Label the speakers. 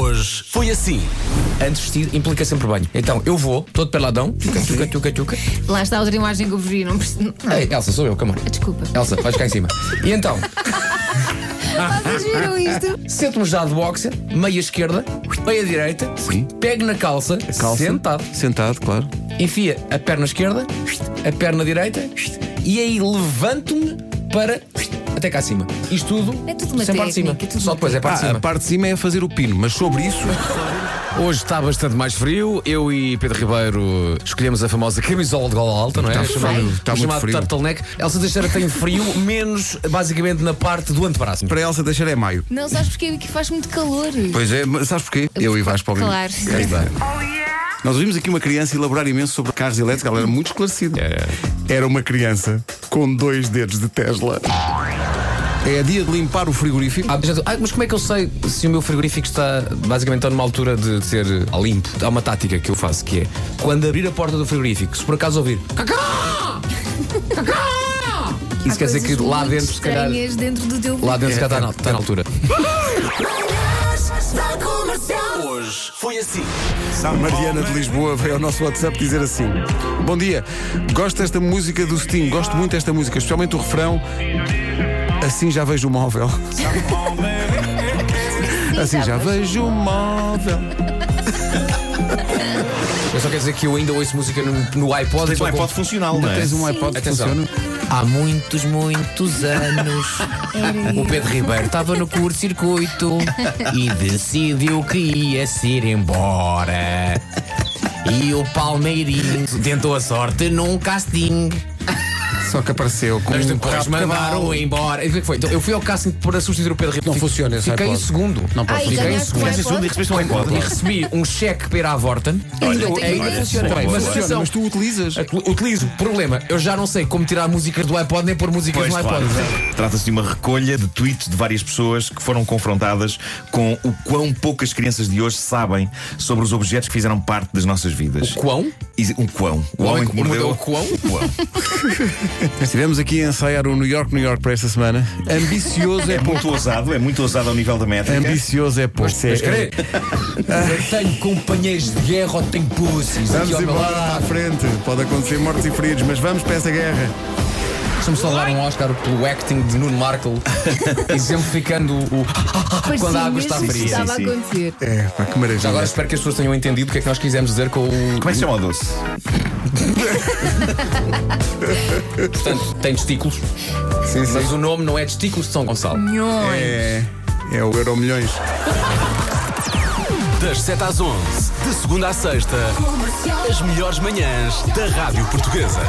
Speaker 1: Hoje foi assim.
Speaker 2: Antes de vestir implica sempre banho. Então eu vou, todo peladão, tuca, tuca, tuca, tuca.
Speaker 3: Lá está a outra imagem que eu vi, não perce-
Speaker 1: é?
Speaker 2: Ei, Elsa, sou eu, come on.
Speaker 3: Desculpa.
Speaker 2: Elsa, vais cá em cima. E então,
Speaker 3: Ah, Vocês viram isto?
Speaker 2: sento-me já de boxer, meia esquerda, meia direita,
Speaker 1: Sim.
Speaker 2: pego na calça,
Speaker 1: Calça.
Speaker 2: sentado,
Speaker 1: Sentado, claro.
Speaker 2: enfia a perna esquerda, a perna direita, e aí levanto-me para até cá acima. Isto tudo,
Speaker 3: É tudo uma
Speaker 2: sem parte de cima.
Speaker 3: técnica, tudo
Speaker 2: Só
Speaker 3: uma
Speaker 2: depois é parte de
Speaker 1: Ah,
Speaker 2: cima.
Speaker 1: a parte de cima é fazer o pino, mas sobre isso.
Speaker 4: Hoje está bastante mais frio. Eu e Pedro Ribeiro escolhemos a famosa camisola de gola alta, não é?
Speaker 1: Está
Speaker 4: O
Speaker 1: tá frio, está
Speaker 4: chamado, o
Speaker 1: muito
Speaker 4: chamado
Speaker 1: frio.
Speaker 4: turtleneck. Elsa Teixeira tem frio, menos basicamente na parte do antebraço.
Speaker 1: Para Elsa deixar é maio.
Speaker 3: Não sabes porque que faz muito calor.
Speaker 1: Pois é, mas sabes porquê? Eu e Vasco Palmeiras.
Speaker 3: Claro.
Speaker 1: Aí está. Nós ouvimos aqui uma criança elaborar imenso sobre carros elétricos, ela era muito esclarecida. Era uma criança com dois dedos de Tesla. É dia de limpar o frigorífico.
Speaker 4: Ah, já- ah, mas como é que eu sei se o meu frigorífico está basicamente está numa altura de ser a limpo? Há uma tática que eu faço que é quando abrir a porta do frigorífico, se por acaso ouvir cacá! Cacá! Isso quer dizer que lá dentro, se calhar,
Speaker 3: Estranhas dentro do teu
Speaker 4: lá dentro se
Speaker 5: É,
Speaker 4: calhar está na- está na altura.
Speaker 1: A Mariana de Lisboa veio ao nosso WhatsApp dizer assim: Bom dia, gosto desta música do Sting, gosto muito desta música, especialmente o refrão. Assim já vejo o móvel. Assim já vejo o móvel.
Speaker 4: Eu só quero dizer que eu ainda ouço música no, no iPod.
Speaker 5: Tens um
Speaker 4: só com-
Speaker 5: iPod funcional, não é?
Speaker 1: Tens um iPod que
Speaker 4: Atenção.
Speaker 1: funciona.
Speaker 2: Há muitos, muitos anos, o Pedro Ribeiro estava no curto-circuito e decidiu que ia-se ir embora. E o Palmeirinho tentou a sorte num casting.
Speaker 1: Só que apareceu com
Speaker 4: Mas
Speaker 1: um
Speaker 4: depois
Speaker 1: rabo de cavalo.
Speaker 4: mandaram embora. E o que é que foi? Então, eu fui ao casting para substituir o Pedro Ribeiro.
Speaker 2: Não funciona esse
Speaker 4: Fiquei em
Speaker 2: iPod.
Speaker 4: segundo. Não
Speaker 3: Ai,
Speaker 4: Fiquei em
Speaker 3: ganhaste
Speaker 4: segundo.
Speaker 3: um
Speaker 5: Tiveste segundo e recebeste um
Speaker 4: E
Speaker 5: iPod.
Speaker 4: recebi um cheque para ir à Vorten.
Speaker 3: Olha,
Speaker 4: Ainda-
Speaker 3: olha,
Speaker 4: ainda
Speaker 3: olha,
Speaker 4: funciona
Speaker 5: boa,
Speaker 4: bem.
Speaker 5: boa.
Speaker 4: Mas
Speaker 1: Funciona,
Speaker 4: atenção,
Speaker 1: mas tu utilizas.
Speaker 4: atl- utilizo. Problema, eu já não sei como tirar músicas do iPod nem pôr músicas
Speaker 5: Pois,
Speaker 4: no
Speaker 5: claro.
Speaker 4: iPod.
Speaker 5: Trata-se de uma recolha de tweets de várias pessoas que foram confrontadas com o quão poucas crianças de hoje sabem sobre os objetos que fizeram parte das nossas vidas.
Speaker 4: Quão?
Speaker 5: E- Um quão. O homem que mordeu.
Speaker 4: o quão?
Speaker 5: o quão.
Speaker 1: Estivemos aqui a ensaiar o New York, New York para esta semana. Ambicioso é
Speaker 5: É
Speaker 1: pouco.
Speaker 5: muito ousado, é muito ousado ao nível da métrica.
Speaker 1: Ambicioso é pouco.
Speaker 4: Mas querê, eu tenho companheiros de guerra ou tenho pussies aqui
Speaker 1: Vamos
Speaker 4: ao meu
Speaker 1: embora
Speaker 4: lado.
Speaker 1: para a frente. Pode acontecer mortos e feridos, mas vamos para essa guerra.
Speaker 4: Deixa-me só dar um Oscar pelo acting de Nuno Markle, exemplificando o. quando a água está
Speaker 3: mesmo que
Speaker 4: fria.
Speaker 3: Estava
Speaker 5: Sim, sim.
Speaker 3: a acontecer.
Speaker 1: É, pá, que maravilha.
Speaker 4: Já agora espero que as pessoas tenham entendido o que é que nós quisemos dizer com o.
Speaker 5: Como é que se chama o doce?
Speaker 4: Portanto, tem testículos,
Speaker 1: Sim, sim.
Speaker 4: mas o nome não é Testículos de São Gonçalo.
Speaker 3: Nhões.
Speaker 1: É, é o Euro Milhões.
Speaker 6: Das 7 às 11, de segunda à sexta, as melhores manhãs da Rádio Portuguesa.